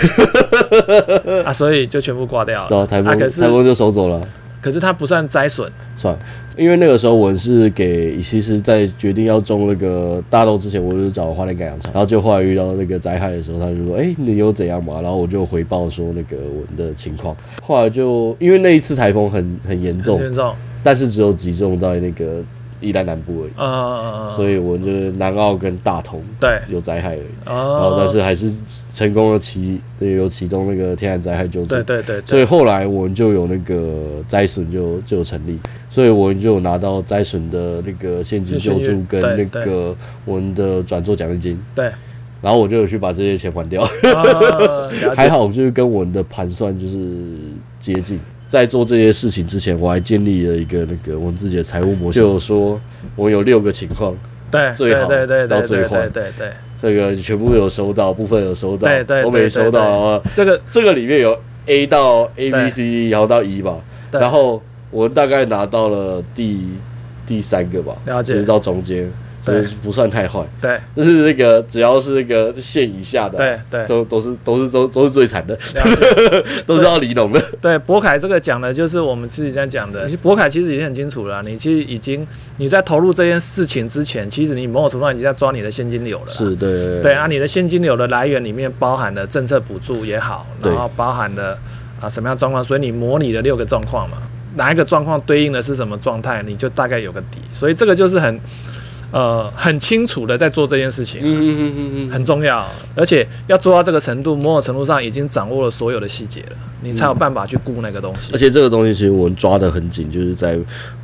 [SPEAKER 1] 啊，所以就全部挂掉了。
[SPEAKER 2] 然后台风、
[SPEAKER 1] 啊，可
[SPEAKER 2] 台
[SPEAKER 1] 是
[SPEAKER 2] 风就收走了，
[SPEAKER 1] 可是它不算摘损。
[SPEAKER 2] 算了，因为那个时候我是给，其实，在决定要种那个大豆之前，我就找花莲改良场，然后就后来遇到那个灾害的时候，他就说，哎、你有怎样嘛？然后我就回报说那个我们的情况，后来就因为那一次台风很很严重
[SPEAKER 1] 很，严重，
[SPEAKER 2] 但是只有集中在那个宜兰南部而已，
[SPEAKER 1] 嗯，
[SPEAKER 2] 所
[SPEAKER 1] 以
[SPEAKER 2] 以我就是南澳跟大同
[SPEAKER 1] 对，
[SPEAKER 2] 有灾害而已。然后
[SPEAKER 1] 哦，
[SPEAKER 2] 但是还是成功的启对有启动那个天然灾害救助。
[SPEAKER 1] 对对对
[SPEAKER 2] 所
[SPEAKER 1] 对，
[SPEAKER 2] 以后来我们就有那个灾损就就有成立，所以我们就有拿到灾损的那个现金救助跟那
[SPEAKER 1] 现金对
[SPEAKER 2] 个我们的转做奖励金，
[SPEAKER 1] 对，
[SPEAKER 2] *laughs* 然后我就有去把这些钱还掉，
[SPEAKER 1] 啊了
[SPEAKER 2] 还
[SPEAKER 1] 解，
[SPEAKER 2] 好就是跟我们的盘算就是接近。在做这些事情之前，我还建立了一个那个我们自己的财务模型，就有说我有六个情况，
[SPEAKER 1] 对，
[SPEAKER 2] 最好
[SPEAKER 1] 对对对
[SPEAKER 2] 到
[SPEAKER 1] 对
[SPEAKER 2] 最
[SPEAKER 1] 对
[SPEAKER 2] 坏
[SPEAKER 1] 对对对，
[SPEAKER 2] 这个全部有收到，部分有收到，
[SPEAKER 1] 对对
[SPEAKER 2] 我
[SPEAKER 1] 对
[SPEAKER 2] 没收到，啊
[SPEAKER 1] 对对
[SPEAKER 2] 然后
[SPEAKER 1] 这个
[SPEAKER 2] 这个里面有 A 到
[SPEAKER 1] 对
[SPEAKER 2] A B C，然后到 E 吧，
[SPEAKER 1] 对
[SPEAKER 2] 然后我大概拿到了第第三个吧，
[SPEAKER 1] 了解
[SPEAKER 2] 就是到中间，
[SPEAKER 1] 对
[SPEAKER 2] 就是不算太坏， *laughs*
[SPEAKER 1] 对
[SPEAKER 2] 就是那个只要是那个线以下的，啊
[SPEAKER 1] 对对
[SPEAKER 2] 都都是都是都都是最惨的，
[SPEAKER 1] 了解
[SPEAKER 2] *laughs* 都是要离农的，
[SPEAKER 1] 对，博凯这个讲的就是我们自己在讲的，博凯其实已经很清楚了，啊你其实已经你在投入这件事情之前，其实你某种程度上已经在抓你的现金流了啦，
[SPEAKER 2] 是，对
[SPEAKER 1] 对啊，你的现金流的来源里面包含了政策补助也好，
[SPEAKER 2] 对
[SPEAKER 1] 然后包含了啊什么样的状况，所以你模拟了六个状况嘛，哪一个状况对应的是什么状态，你就大概有个底，所以这个就是很呃很清楚的在做这件事情。啊
[SPEAKER 2] 嗯嗯嗯嗯嗯，
[SPEAKER 1] 很重要，而且要做到这个程度，某种程度上已经掌握了所有的细节了，你才有办法去顾那个东西。
[SPEAKER 2] 而且这个东西其实我们抓得很紧，就是在。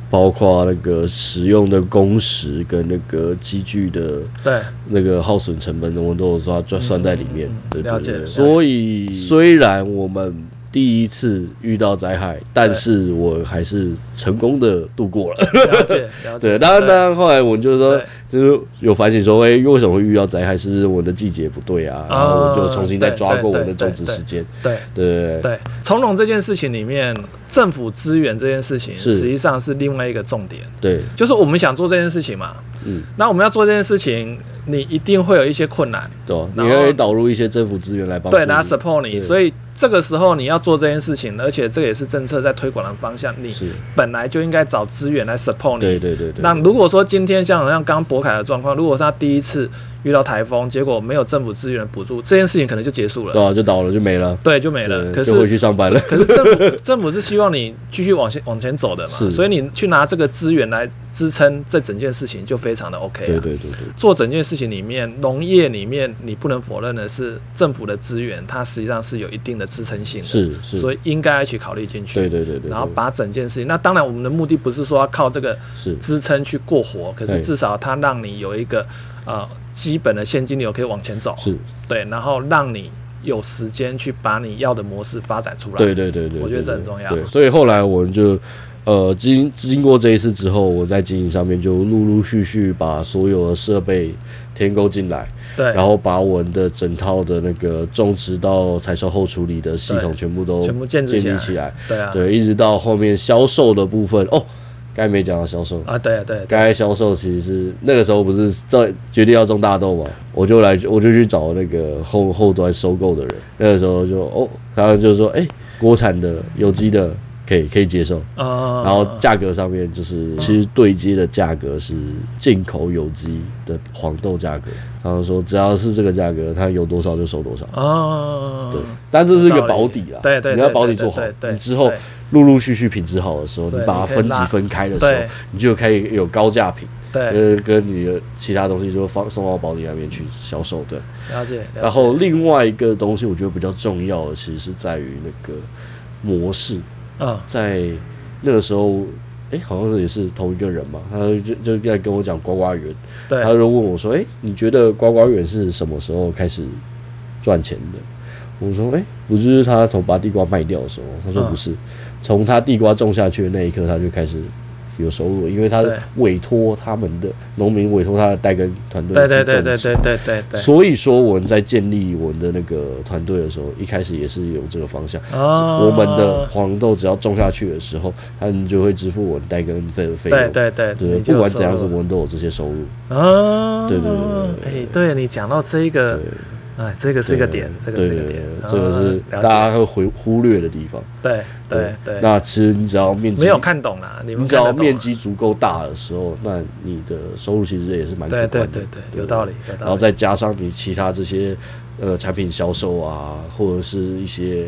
[SPEAKER 2] 包括那个使用的工时跟那个机具的
[SPEAKER 1] 对，
[SPEAKER 2] 那个耗损成本，我们都有算算算在里面。对对
[SPEAKER 1] 嗯了解
[SPEAKER 2] 对
[SPEAKER 1] 了
[SPEAKER 2] 对，
[SPEAKER 1] 解
[SPEAKER 2] 所以虽然我们第一次遇到灾害，但是我还是成功的度过了。
[SPEAKER 1] 了解了解。
[SPEAKER 2] *laughs* 对，当然当然，后来我们就是说
[SPEAKER 1] 对，
[SPEAKER 2] 就是有反省说，哎、为什么会遇到灾害？是不是我的季节不对啊？然后我就重新再抓过我们的种植时间。
[SPEAKER 1] 对
[SPEAKER 2] 对对
[SPEAKER 1] 对，从容这件事情里面，政府资源这件事情
[SPEAKER 2] 是
[SPEAKER 1] 实际上是另外一个重点，
[SPEAKER 2] 对，
[SPEAKER 1] 就是我们想做这件事情嘛，
[SPEAKER 2] 嗯，
[SPEAKER 1] 那我们要做这件事情，你一定会有一些困难，
[SPEAKER 2] 对哦，
[SPEAKER 1] 然
[SPEAKER 2] 你
[SPEAKER 1] 后
[SPEAKER 2] 可以导入一些政府资源来帮助
[SPEAKER 1] 对，
[SPEAKER 2] 你。
[SPEAKER 1] 拿 support 你，
[SPEAKER 2] 对
[SPEAKER 1] 所以这个时候你要做这件事情，而且这也是政策在推广的方向，你
[SPEAKER 2] 是
[SPEAKER 1] 本来就应该找资源来 support 你，
[SPEAKER 2] 对对对对，
[SPEAKER 1] 那如果说今天像像刚博凯的状况，如果是他第一次遇到台风，结果没有政府资源的补助，这件事情可能就结束了，
[SPEAKER 2] 对啊，就倒了就没了，
[SPEAKER 1] 对，就没了。
[SPEAKER 2] 对
[SPEAKER 1] 可
[SPEAKER 2] 就回
[SPEAKER 1] 是
[SPEAKER 2] 去上班了。
[SPEAKER 1] *laughs* 可是政府政府是希望你继续往前往前走的嘛，
[SPEAKER 2] 是
[SPEAKER 1] 所以你去拿这个资源来支撑这整件事情，就非常的 OK、啊。
[SPEAKER 2] 对对对对。
[SPEAKER 1] 做整件事情里面，农业里面你不能否认的是，政府的资源它实际上是有一定的支撑性的，
[SPEAKER 2] 是是
[SPEAKER 1] 所以应该去考虑进去。
[SPEAKER 2] 对对对对对
[SPEAKER 1] 然后把整件事情，那当然我们的目的不是说要靠这个
[SPEAKER 2] 是
[SPEAKER 1] 支撑去过活，可是
[SPEAKER 2] 对
[SPEAKER 1] 至少它让你有一个呃基本的现金流可以往前走，
[SPEAKER 2] 是，
[SPEAKER 1] 对，然后让你有时间去把你要的模式发展出来。
[SPEAKER 2] 对对对对，
[SPEAKER 1] 我觉得
[SPEAKER 2] 对
[SPEAKER 1] 这很
[SPEAKER 2] 对
[SPEAKER 1] 重要
[SPEAKER 2] 对，所以后来我们就，呃，经经过这一次之后，我在经营上面就陆陆续续把所有的设备添购进来，
[SPEAKER 1] 对，
[SPEAKER 2] 然后把我们的整套的那个种植到采收后处理的系统
[SPEAKER 1] 对
[SPEAKER 2] 全部都
[SPEAKER 1] 全部建制起
[SPEAKER 2] 立
[SPEAKER 1] 来
[SPEAKER 2] 起来，
[SPEAKER 1] 对啊，
[SPEAKER 2] 对，一直到后面销售的部分，哦，该没讲到销售。
[SPEAKER 1] 啊，对啊对啊对啊，
[SPEAKER 2] 刚才销售其实是那个时候不是在决定要种大豆嘛，我就来我就去找那个后后端收购的人，那个时候就哦，然后就说哎、国产的有机的可以可以接受，
[SPEAKER 1] 呃，
[SPEAKER 2] 然后价格上面就是其实对接的价格是进口有机的黄豆价格，然后说只要是这个价格，它有多少就收多少。
[SPEAKER 1] 哦，
[SPEAKER 2] 对，但这是一个
[SPEAKER 1] 有道理
[SPEAKER 2] 保底啦，
[SPEAKER 1] 对对对
[SPEAKER 2] 你要保底做好
[SPEAKER 1] 对对，对
[SPEAKER 2] 你之后
[SPEAKER 1] 对
[SPEAKER 2] 陆陆续续品质好的时候，你
[SPEAKER 1] 对
[SPEAKER 2] 把它
[SPEAKER 1] 你可以
[SPEAKER 2] 分级
[SPEAKER 1] 拉
[SPEAKER 2] 分开的时候
[SPEAKER 1] 对，
[SPEAKER 2] 你就可以有高价品，
[SPEAKER 1] 对，
[SPEAKER 2] 呃，跟你的其他东西就放送到保底那边去销售，对。
[SPEAKER 1] 了解，了解
[SPEAKER 2] 然后另外一个东西，我觉得比较重要的，其实是在于那个模式，
[SPEAKER 1] 嗯，
[SPEAKER 2] 在那个时候，哎，好像也是同一个人嘛，他就就在跟我讲呱呱园，
[SPEAKER 1] 对
[SPEAKER 2] 他，就问我说，哎，你觉得呱呱园是什么时候开始赚钱的？我说，哎，不就是他从把地瓜卖掉的时候？他说
[SPEAKER 1] 嗯
[SPEAKER 2] 不是，从他地瓜种下去的那一刻，他就开始。有收入了，因为他
[SPEAKER 1] 对
[SPEAKER 2] 委托他们的农民委托他的代耕团队
[SPEAKER 1] 对对
[SPEAKER 2] 去
[SPEAKER 1] 对
[SPEAKER 2] 种
[SPEAKER 1] 对
[SPEAKER 2] 植
[SPEAKER 1] 对对对对，
[SPEAKER 2] 所以说我们在建立我们的那个团队的时候，一开始也是有这个方向。
[SPEAKER 1] 哦
[SPEAKER 2] 我们的黄豆只要种下去的时候，他们就会支付我们代耕费的费
[SPEAKER 1] 对
[SPEAKER 2] 用。
[SPEAKER 1] 对对，
[SPEAKER 2] 对，
[SPEAKER 1] 你就
[SPEAKER 2] 不管
[SPEAKER 1] 说
[SPEAKER 2] 怎样子，
[SPEAKER 1] 了
[SPEAKER 2] 我们都有这些收入。
[SPEAKER 1] 啊，
[SPEAKER 2] 对对对
[SPEAKER 1] 哎，对你讲到这一个
[SPEAKER 2] 对，
[SPEAKER 1] 哎，这个是一个点，这
[SPEAKER 2] 对
[SPEAKER 1] 个是
[SPEAKER 2] 对
[SPEAKER 1] 一个
[SPEAKER 2] 对
[SPEAKER 1] 点
[SPEAKER 2] 对，
[SPEAKER 1] 啊
[SPEAKER 2] 这个是
[SPEAKER 1] 了
[SPEAKER 2] 大
[SPEAKER 1] 解
[SPEAKER 2] 家会忽忽略的地方。
[SPEAKER 1] 对对对，
[SPEAKER 2] 那其实你只要面积
[SPEAKER 1] 没有看懂啦，你们
[SPEAKER 2] 你只要
[SPEAKER 1] 看得懂啊
[SPEAKER 2] 面积足够大的时候，那你的收入其实也是蛮可
[SPEAKER 1] 对
[SPEAKER 2] 观的。
[SPEAKER 1] 对对对，有道理有
[SPEAKER 2] 然
[SPEAKER 1] 道
[SPEAKER 2] 后
[SPEAKER 1] 理，
[SPEAKER 2] 再加上你其他这些呃产品销售啊，或者是一些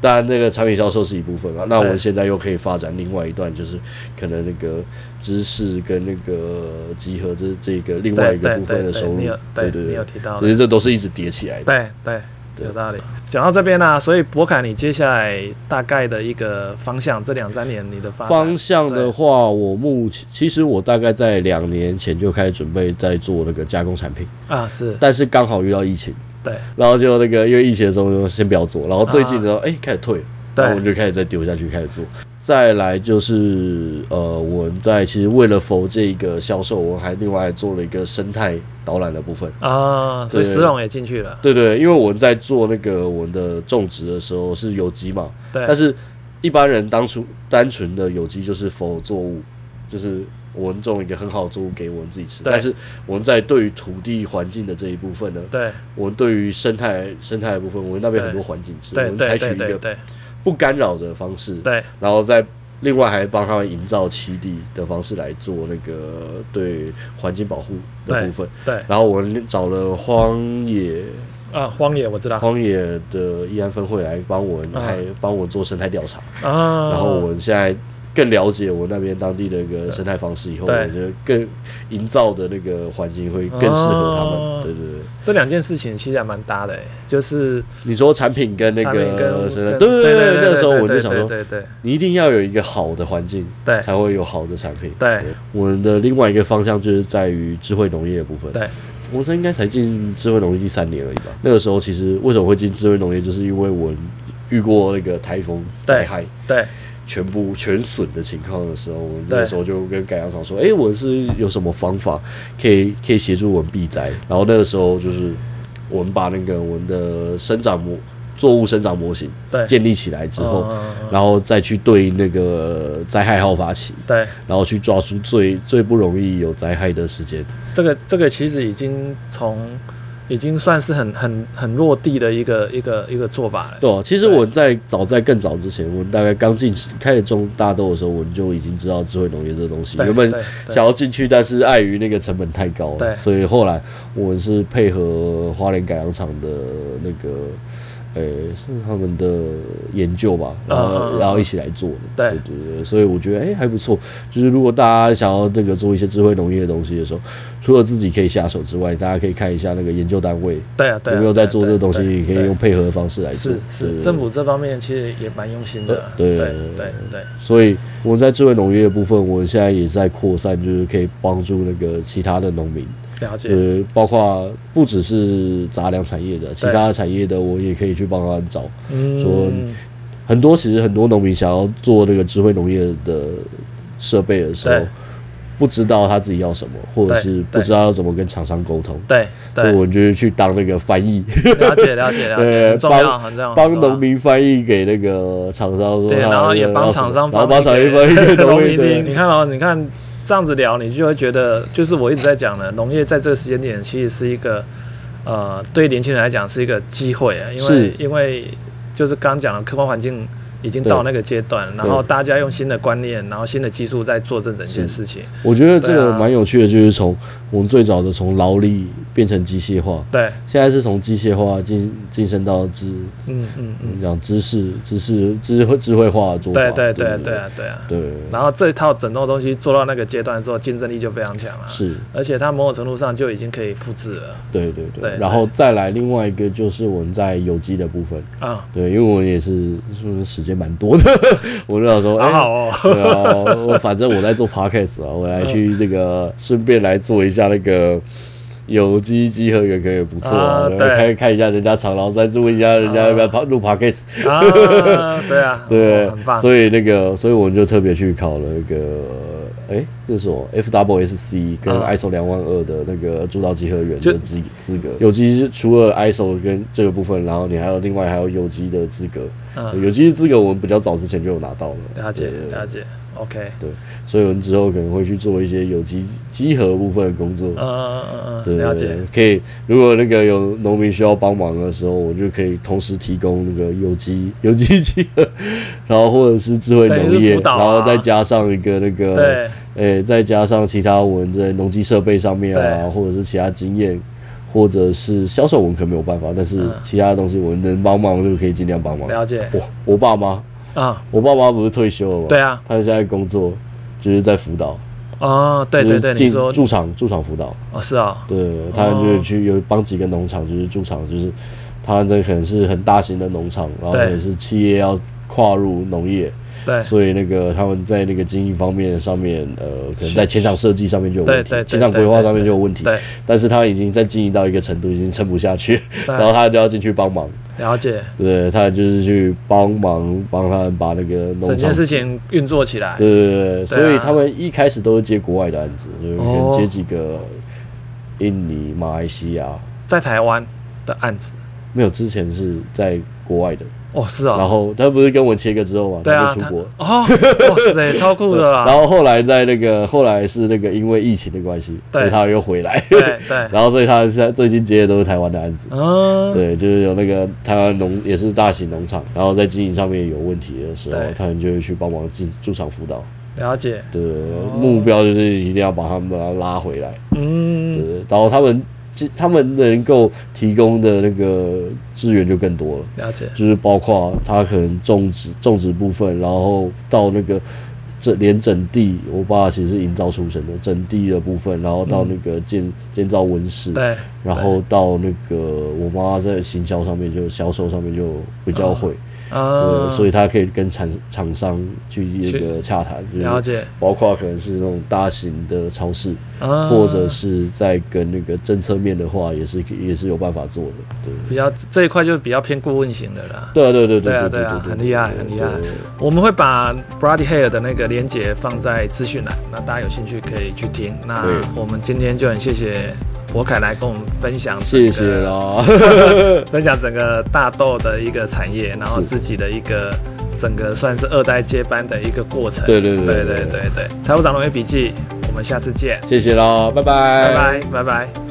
[SPEAKER 2] 当然那个产品销售是一部分嘛。那我们
[SPEAKER 1] 对
[SPEAKER 2] 现在又可以发展另外一段，就是可能那个知识跟那个呃集合这这个另外一个
[SPEAKER 1] 对
[SPEAKER 2] 部分的
[SPEAKER 1] 对
[SPEAKER 2] 收入
[SPEAKER 1] 你有，
[SPEAKER 2] 对
[SPEAKER 1] 对
[SPEAKER 2] 对
[SPEAKER 1] 你有
[SPEAKER 2] 对，
[SPEAKER 1] 提到
[SPEAKER 2] 所
[SPEAKER 1] 的，
[SPEAKER 2] 以这都是一直叠起来的。
[SPEAKER 1] 对对。
[SPEAKER 2] 对
[SPEAKER 1] 有道理。讲到这边呢、所以博凯，你接下来大概的一个方向，这两三年你的发展
[SPEAKER 2] 方向的话，我目前其实我大概在两年前就开始准备在做那个加工产品，
[SPEAKER 1] 啊，是
[SPEAKER 2] 但是刚好遇到疫情，
[SPEAKER 1] 对
[SPEAKER 2] 然后就那个因为疫情的时候就先不要做，然后最近的时候哎、开始退了，
[SPEAKER 1] 啊对
[SPEAKER 2] 然后我们就开始再丢下去开始做。再来就是呃，我们在其实为了否这个销售，我还另外还做了一个生态导览的部分。
[SPEAKER 1] 啊，所以
[SPEAKER 2] 对
[SPEAKER 1] 石龙也进去了，
[SPEAKER 2] 对对，因为我们在做那个我们的种植的时候是有机嘛，
[SPEAKER 1] 对，
[SPEAKER 2] 但是一般人当初单纯的有机就是否作物，就是我们种一个很好的作物给我们自己吃。
[SPEAKER 1] 对
[SPEAKER 2] 但是我们在对于土地环境的这一部分呢，
[SPEAKER 1] 对
[SPEAKER 2] 我们对于生态生态的部分，我们那边很多环境吃，我
[SPEAKER 1] 对
[SPEAKER 2] 们
[SPEAKER 1] 对
[SPEAKER 2] 采取
[SPEAKER 1] 对
[SPEAKER 2] 一
[SPEAKER 1] 对
[SPEAKER 2] 个
[SPEAKER 1] 对
[SPEAKER 2] 不干扰的方式，
[SPEAKER 1] 对
[SPEAKER 2] 然后再另外还帮他们营造栖地的方式来做那个对环境保护的
[SPEAKER 1] 对
[SPEAKER 2] 部分。
[SPEAKER 1] 对
[SPEAKER 2] 然后我们找了荒野
[SPEAKER 1] 啊，荒野我知道
[SPEAKER 2] 荒野的义安分会来帮我们，
[SPEAKER 1] 嗯
[SPEAKER 2] 还帮我做生态调查。
[SPEAKER 1] 啊，
[SPEAKER 2] 然后我们现在更了解我那边当地的一个生态方式以后，
[SPEAKER 1] 对
[SPEAKER 2] 我觉得更营造的那个环境会更适合他
[SPEAKER 1] 哦
[SPEAKER 2] 们。对对对，
[SPEAKER 1] 这两件事情其实还蛮搭的欸，就是
[SPEAKER 2] 你说产品跟那
[SPEAKER 1] 产品跟
[SPEAKER 2] 个生态，
[SPEAKER 1] 跟
[SPEAKER 2] 对对
[SPEAKER 1] 对
[SPEAKER 2] 对，那时候我就
[SPEAKER 1] 对
[SPEAKER 2] 想
[SPEAKER 1] 对
[SPEAKER 2] 说，
[SPEAKER 1] 对对
[SPEAKER 2] 你一定要有一个好的环境，
[SPEAKER 1] 对
[SPEAKER 2] 才会有好的产品。
[SPEAKER 1] 对
[SPEAKER 2] 我们的另外一个方向就是在于智慧农业的部分。
[SPEAKER 1] 对
[SPEAKER 2] 我这应该才进智慧农业第三年而已吧。那个时候其实为什么会进智慧农业，就是因为我遇过那个台风灾害。
[SPEAKER 1] 对
[SPEAKER 2] 全部全损的情况的时候，我们
[SPEAKER 1] 对
[SPEAKER 2] 那时候就跟改良厂说：“哎、我是有什么方法可以可以协助我们避灾？”然后那个时候就是我们把那个我们的生长模作物生长模型
[SPEAKER 1] 对
[SPEAKER 2] 建立起来之后，
[SPEAKER 1] 嗯嗯嗯
[SPEAKER 2] 然后再去对应那个灾害好发期，
[SPEAKER 1] 对，
[SPEAKER 2] 然后去抓出最最不容易有灾害的时间。
[SPEAKER 1] 这个这个其实已经从已经算是很很很落地的一个一个一个做法了，
[SPEAKER 2] 对、啊，其实
[SPEAKER 1] 对
[SPEAKER 2] 我在早在更早之前，我们大概刚进开始种大豆的时候，我们就已经知道智慧农业这个东西。
[SPEAKER 1] 对
[SPEAKER 2] 原本
[SPEAKER 1] 对对
[SPEAKER 2] 想要进去，但是碍于那个成本太高
[SPEAKER 1] 对
[SPEAKER 2] 了，所以后来我们是配合花莲改良场的那个，呃、是他们的研究吧，然后、
[SPEAKER 1] 嗯嗯嗯
[SPEAKER 2] 然后一起来做的。
[SPEAKER 1] 对
[SPEAKER 2] 对对对，所以我觉得哎、还不错。就是如果大家想要那个做一些智慧农业的东西的时候，除了自己可以下手之外，大家可以看一下那个研究单位。
[SPEAKER 1] 对啊对啊，
[SPEAKER 2] 有没有在
[SPEAKER 1] 对啊
[SPEAKER 2] 做这个东西？也可
[SPEAKER 1] 对
[SPEAKER 2] 以。
[SPEAKER 1] 对
[SPEAKER 2] 用配合的方式来做
[SPEAKER 1] 是。
[SPEAKER 2] 对
[SPEAKER 1] 是，
[SPEAKER 2] 对
[SPEAKER 1] 政府这方面其实也蛮用心的啊。
[SPEAKER 2] 对
[SPEAKER 1] 对
[SPEAKER 2] 对
[SPEAKER 1] 对对
[SPEAKER 2] 所以我们在智慧农业的部分，我现在也在扩散，就是可以帮助那个其他的农民，
[SPEAKER 1] 对，了解。
[SPEAKER 2] 呃，包括不只是杂粮产业的，其他的产业的，我也可以去帮他们找。
[SPEAKER 1] 嗯，
[SPEAKER 2] 说很多其实很多农民想要做那个智慧农业的设备的时候
[SPEAKER 1] 对，
[SPEAKER 2] 不知道他自己要什么，或者
[SPEAKER 1] 对
[SPEAKER 2] 是不
[SPEAKER 1] 对
[SPEAKER 2] 知道要怎么跟厂商沟通，
[SPEAKER 1] 对
[SPEAKER 2] 所
[SPEAKER 1] 对
[SPEAKER 2] 以，我们就是去当那个翻译。
[SPEAKER 1] 了解了解了解，
[SPEAKER 2] *laughs* 对
[SPEAKER 1] 很重要很重要，
[SPEAKER 2] 帮
[SPEAKER 1] 很重要
[SPEAKER 2] 农民翻译给那个厂商说他
[SPEAKER 1] 对，
[SPEAKER 2] 要什么，
[SPEAKER 1] 然后也帮厂商
[SPEAKER 2] 然后
[SPEAKER 1] 翻
[SPEAKER 2] 帮厂商翻译给
[SPEAKER 1] 给
[SPEAKER 2] 农
[SPEAKER 1] 民 *laughs*
[SPEAKER 2] 民
[SPEAKER 1] 听。
[SPEAKER 2] 对
[SPEAKER 1] 你看哦，你看这样子聊，你就会觉得，就是我一直在讲的，农业在这个时间点其实是一个，呃，对年轻人来讲是一个机会啊，因为
[SPEAKER 2] 是
[SPEAKER 1] 因为就是刚讲的客观环境。已经
[SPEAKER 2] 对
[SPEAKER 1] 到那个阶段，然后大家用新的观念，然后新的技术在做这整件事情。
[SPEAKER 2] 我觉得这
[SPEAKER 1] 对
[SPEAKER 2] 个
[SPEAKER 1] 啊
[SPEAKER 2] 蛮有趣的，就是从我们最早的从劳力变成机械化，
[SPEAKER 1] 对，
[SPEAKER 2] 现在是从机械化晋晋升到知，
[SPEAKER 1] 嗯嗯
[SPEAKER 2] 我
[SPEAKER 1] 嗯，
[SPEAKER 2] 们讲知识、知识、智慧、智慧化的做法。
[SPEAKER 1] 对对对
[SPEAKER 2] 对
[SPEAKER 1] 对啊对啊。
[SPEAKER 2] 对，
[SPEAKER 1] 然后这一套整套东西做到那个阶段之后，竞争力就非常强了。，
[SPEAKER 2] 是，
[SPEAKER 1] 而且它某种程度上就已经可以复制了
[SPEAKER 2] 对对
[SPEAKER 1] 对
[SPEAKER 2] 对。
[SPEAKER 1] 对
[SPEAKER 2] 然后再来另外一个就是我们在有机的部分，
[SPEAKER 1] 啊，
[SPEAKER 2] 对，因为我也是是时间蛮多的， *laughs* 我就想说，
[SPEAKER 1] 好
[SPEAKER 2] 哎，
[SPEAKER 1] 好哦。
[SPEAKER 2] 对啊，我反正我在做 podcast 啊，我来去那个顺便来做一下那个有机集合员，可也不错
[SPEAKER 1] 啊
[SPEAKER 2] 啊，
[SPEAKER 1] 对
[SPEAKER 2] 看看一下人家厂，然后再注意一下人家要不要跑录 podcast。
[SPEAKER 1] 啊，对啊，
[SPEAKER 2] *laughs* 对
[SPEAKER 1] 哦很，棒，
[SPEAKER 2] 所以那个，所以我们就特别去考了那个，哎，那什么 FWSC 跟
[SPEAKER 1] 嗯
[SPEAKER 2] ISO 两万二的那个主导集合员
[SPEAKER 1] 就
[SPEAKER 2] 的资资格。有机是除了 ISO 跟这个部分，然后你还有另外还有有机的资格。
[SPEAKER 1] 嗯，
[SPEAKER 2] 有机资格我们比较早之前就有拿到了，
[SPEAKER 1] 了解
[SPEAKER 2] 对
[SPEAKER 1] 了解，OK，
[SPEAKER 2] 对，所以我们之后可能会去做一些有机集合部分的工作。
[SPEAKER 1] 嗯嗯嗯
[SPEAKER 2] 对
[SPEAKER 1] 嗯，
[SPEAKER 2] 对，
[SPEAKER 1] 了
[SPEAKER 2] 对
[SPEAKER 1] 解，
[SPEAKER 2] 可以。如果那个有农民需要帮忙的时候，我就可以同时提供那个有机、有机集合，然后或者是智慧
[SPEAKER 1] 等于
[SPEAKER 2] 农
[SPEAKER 1] 是
[SPEAKER 2] 业，
[SPEAKER 1] 辅导啊
[SPEAKER 2] 然后再加上一个那个，
[SPEAKER 1] 对
[SPEAKER 2] 诶、再加上其他我们在农机设备上面啊，
[SPEAKER 1] 对
[SPEAKER 2] 或者是其他经验，或者是销售我们可能没有办法，但是
[SPEAKER 1] 嗯
[SPEAKER 2] 其他的东西我们能帮忙就可以尽量帮忙。
[SPEAKER 1] 了解
[SPEAKER 2] 我我爸妈，
[SPEAKER 1] 啊
[SPEAKER 2] 我爸妈不是退休了吗？
[SPEAKER 1] 对啊
[SPEAKER 2] 他现在工作就是在辅导，
[SPEAKER 1] 哦，对对对，
[SPEAKER 2] 就是
[SPEAKER 1] 你
[SPEAKER 2] 进
[SPEAKER 1] 说
[SPEAKER 2] 驻场驻场辅导，
[SPEAKER 1] 哦是啊，
[SPEAKER 2] 对他就是去有帮几个农场，就是驻场，就是他那可能是很大型的农场，然后
[SPEAKER 1] 对
[SPEAKER 2] 可能是企业要跨入农业，
[SPEAKER 1] 对
[SPEAKER 2] 所以那个他们在那个经营方面上面，呃，可能在前场设计上面就有
[SPEAKER 1] 对
[SPEAKER 2] 问题
[SPEAKER 1] 对，，对
[SPEAKER 2] 前场规划
[SPEAKER 1] 对
[SPEAKER 2] 上面
[SPEAKER 1] 对
[SPEAKER 2] 就有问题，
[SPEAKER 1] 对，
[SPEAKER 2] 但是他已经在经营到一个程度，已经撑不下去，
[SPEAKER 1] 对
[SPEAKER 2] 然后他就要进去帮忙，
[SPEAKER 1] 了解
[SPEAKER 2] 对他就是去帮忙帮他们把那个农
[SPEAKER 1] 整
[SPEAKER 2] 场
[SPEAKER 1] 件。事情运作起来，
[SPEAKER 2] 对对对对，所以
[SPEAKER 1] 啊
[SPEAKER 2] 他们一开始都是接国外的案子，就是可能
[SPEAKER 1] 哦
[SPEAKER 2] 接几个印尼、马来西亚，
[SPEAKER 1] 在台湾的案子
[SPEAKER 2] 没有，之前是在国外的，
[SPEAKER 1] 哦是啊
[SPEAKER 2] 然，后他不是跟我切割之后嘛，
[SPEAKER 1] 对啊，
[SPEAKER 2] 他就出国。
[SPEAKER 1] 他哦，哇塞，超酷的啦，
[SPEAKER 2] 然后后来在那个后来是那个因为疫情的关系，
[SPEAKER 1] 对
[SPEAKER 2] 所以他又回
[SPEAKER 1] *laughs*
[SPEAKER 2] 来， *laughs*
[SPEAKER 1] 对对，
[SPEAKER 2] 然后所以他现在最近接的都是台湾的案子，
[SPEAKER 1] 嗯，
[SPEAKER 2] 对，就是有那个台湾农也是大型农场，然后在经营上面有问题的时候
[SPEAKER 1] 对，
[SPEAKER 2] 他们就会去帮忙进驻场辅导，
[SPEAKER 1] 了解，
[SPEAKER 2] 对，
[SPEAKER 1] 哦
[SPEAKER 2] 目标就是一定要把他们把他拉回来，对
[SPEAKER 1] 嗯，，
[SPEAKER 2] 然后他们他们能够提供的那个资源就更多了。
[SPEAKER 1] 了解，
[SPEAKER 2] 就是包括他可能种植种植部分，然后到那个这连整地，我爸其实是营造出身的，整地的部分，然后到那个建、建造温室，
[SPEAKER 1] 嗯对，
[SPEAKER 2] 然后到那个我妈在行销上面就销售上面就比较会，
[SPEAKER 1] 啊，
[SPEAKER 2] 对，所以她可以跟厂厂商去那个洽谈，
[SPEAKER 1] 了
[SPEAKER 2] 就是
[SPEAKER 1] 解，
[SPEAKER 2] 包括可能是那种大型的超市，
[SPEAKER 1] 啊，
[SPEAKER 2] 或者是在跟那个政策面的话，也是可以也是有办法做的，对。
[SPEAKER 1] 比较这一块就比较偏顾问型的啦。
[SPEAKER 2] 对啊，对对
[SPEAKER 1] 对啊，
[SPEAKER 2] 对
[SPEAKER 1] 对啊，
[SPEAKER 2] 对
[SPEAKER 1] 很厉害，
[SPEAKER 2] 对
[SPEAKER 1] 很
[SPEAKER 2] 对
[SPEAKER 1] 厉害
[SPEAKER 2] 对对。
[SPEAKER 1] 我们会把 Brady Hair 的那个连接放在资讯栏，那大家有兴趣可以去听。那
[SPEAKER 2] 对
[SPEAKER 1] 我们今天就很谢谢博凯来跟我们分享整个，
[SPEAKER 2] 谢谢啦，
[SPEAKER 1] 分享整个大豆的一个产业，然后
[SPEAKER 2] 是
[SPEAKER 1] 自己的一个整个算是二代接班的一个过程。
[SPEAKER 2] 对对
[SPEAKER 1] 对
[SPEAKER 2] 对
[SPEAKER 1] 对
[SPEAKER 2] 对
[SPEAKER 1] 对对。财务长农业笔记，我们下次见，
[SPEAKER 2] 谢谢啦，拜拜，
[SPEAKER 1] 拜拜拜拜。